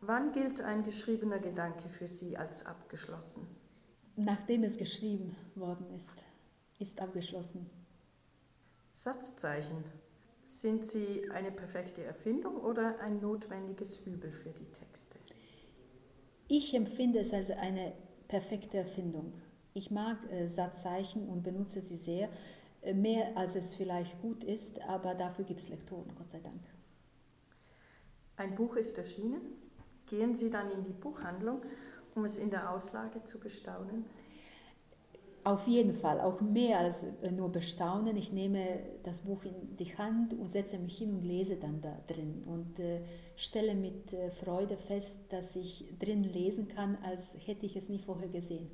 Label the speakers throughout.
Speaker 1: Wann gilt ein geschriebener Gedanke für Sie als abgeschlossen?
Speaker 2: Nachdem es geschrieben worden ist, ist abgeschlossen.
Speaker 1: Satzzeichen. Sind sie eine perfekte Erfindung oder ein notwendiges Übel für die Texte?
Speaker 2: Ich empfinde es als eine perfekte Erfindung. Ich mag äh, Satzzeichen und benutze sie sehr, äh, mehr als es vielleicht gut ist, aber dafür gibt es Lektoren, Gott sei Dank.
Speaker 1: Ein Buch ist erschienen. Gehen Sie dann in die Buchhandlung, um es in der Auslage zu bestaunen?
Speaker 2: Auf jeden Fall, auch mehr als äh, nur bestaunen. Ich nehme das Buch in die Hand und setze mich hin und lese dann da drin und äh, stelle mit äh, Freude fest, dass ich drin lesen kann, als hätte ich es nie vorher gesehen.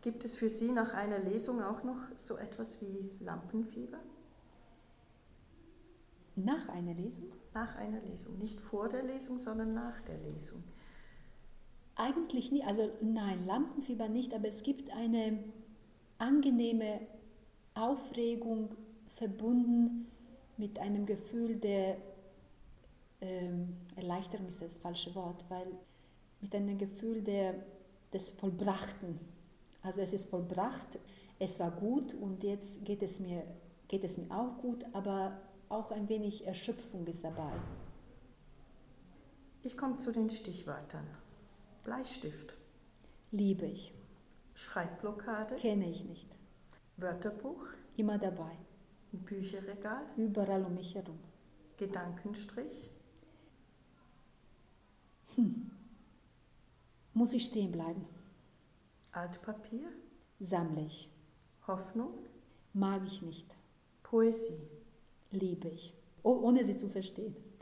Speaker 1: Gibt es für Sie nach einer Lesung auch noch so etwas wie Lampenfieber?
Speaker 2: Nach einer Lesung?
Speaker 1: Nach einer Lesung, nicht vor der Lesung, sondern nach der Lesung.
Speaker 2: Eigentlich nicht, also nein, Lampenfieber nicht, aber es gibt eine angenehme Aufregung verbunden mit einem Gefühl der ähm, Erleichterung ist das falsche Wort, weil mit einem Gefühl der, des Vollbrachten. Also es ist vollbracht, es war gut und jetzt geht es mir, geht es mir auch gut, aber auch ein wenig Erschöpfung ist dabei.
Speaker 1: Ich komme zu den Stichwörtern. Bleistift,
Speaker 2: Liebe ich,
Speaker 1: Schreibblockade,
Speaker 2: kenne ich nicht.
Speaker 1: Wörterbuch,
Speaker 2: Immer dabei,
Speaker 1: ein Bücherregal,
Speaker 2: überall um mich herum.
Speaker 1: Gedankenstrich,
Speaker 2: Muss ich stehen bleiben?
Speaker 1: Altpapier,
Speaker 2: Sammle ich,
Speaker 1: Hoffnung,
Speaker 2: mag ich nicht,
Speaker 1: Poesie.
Speaker 2: liebe ich, oh, ohne sie zu verstehen.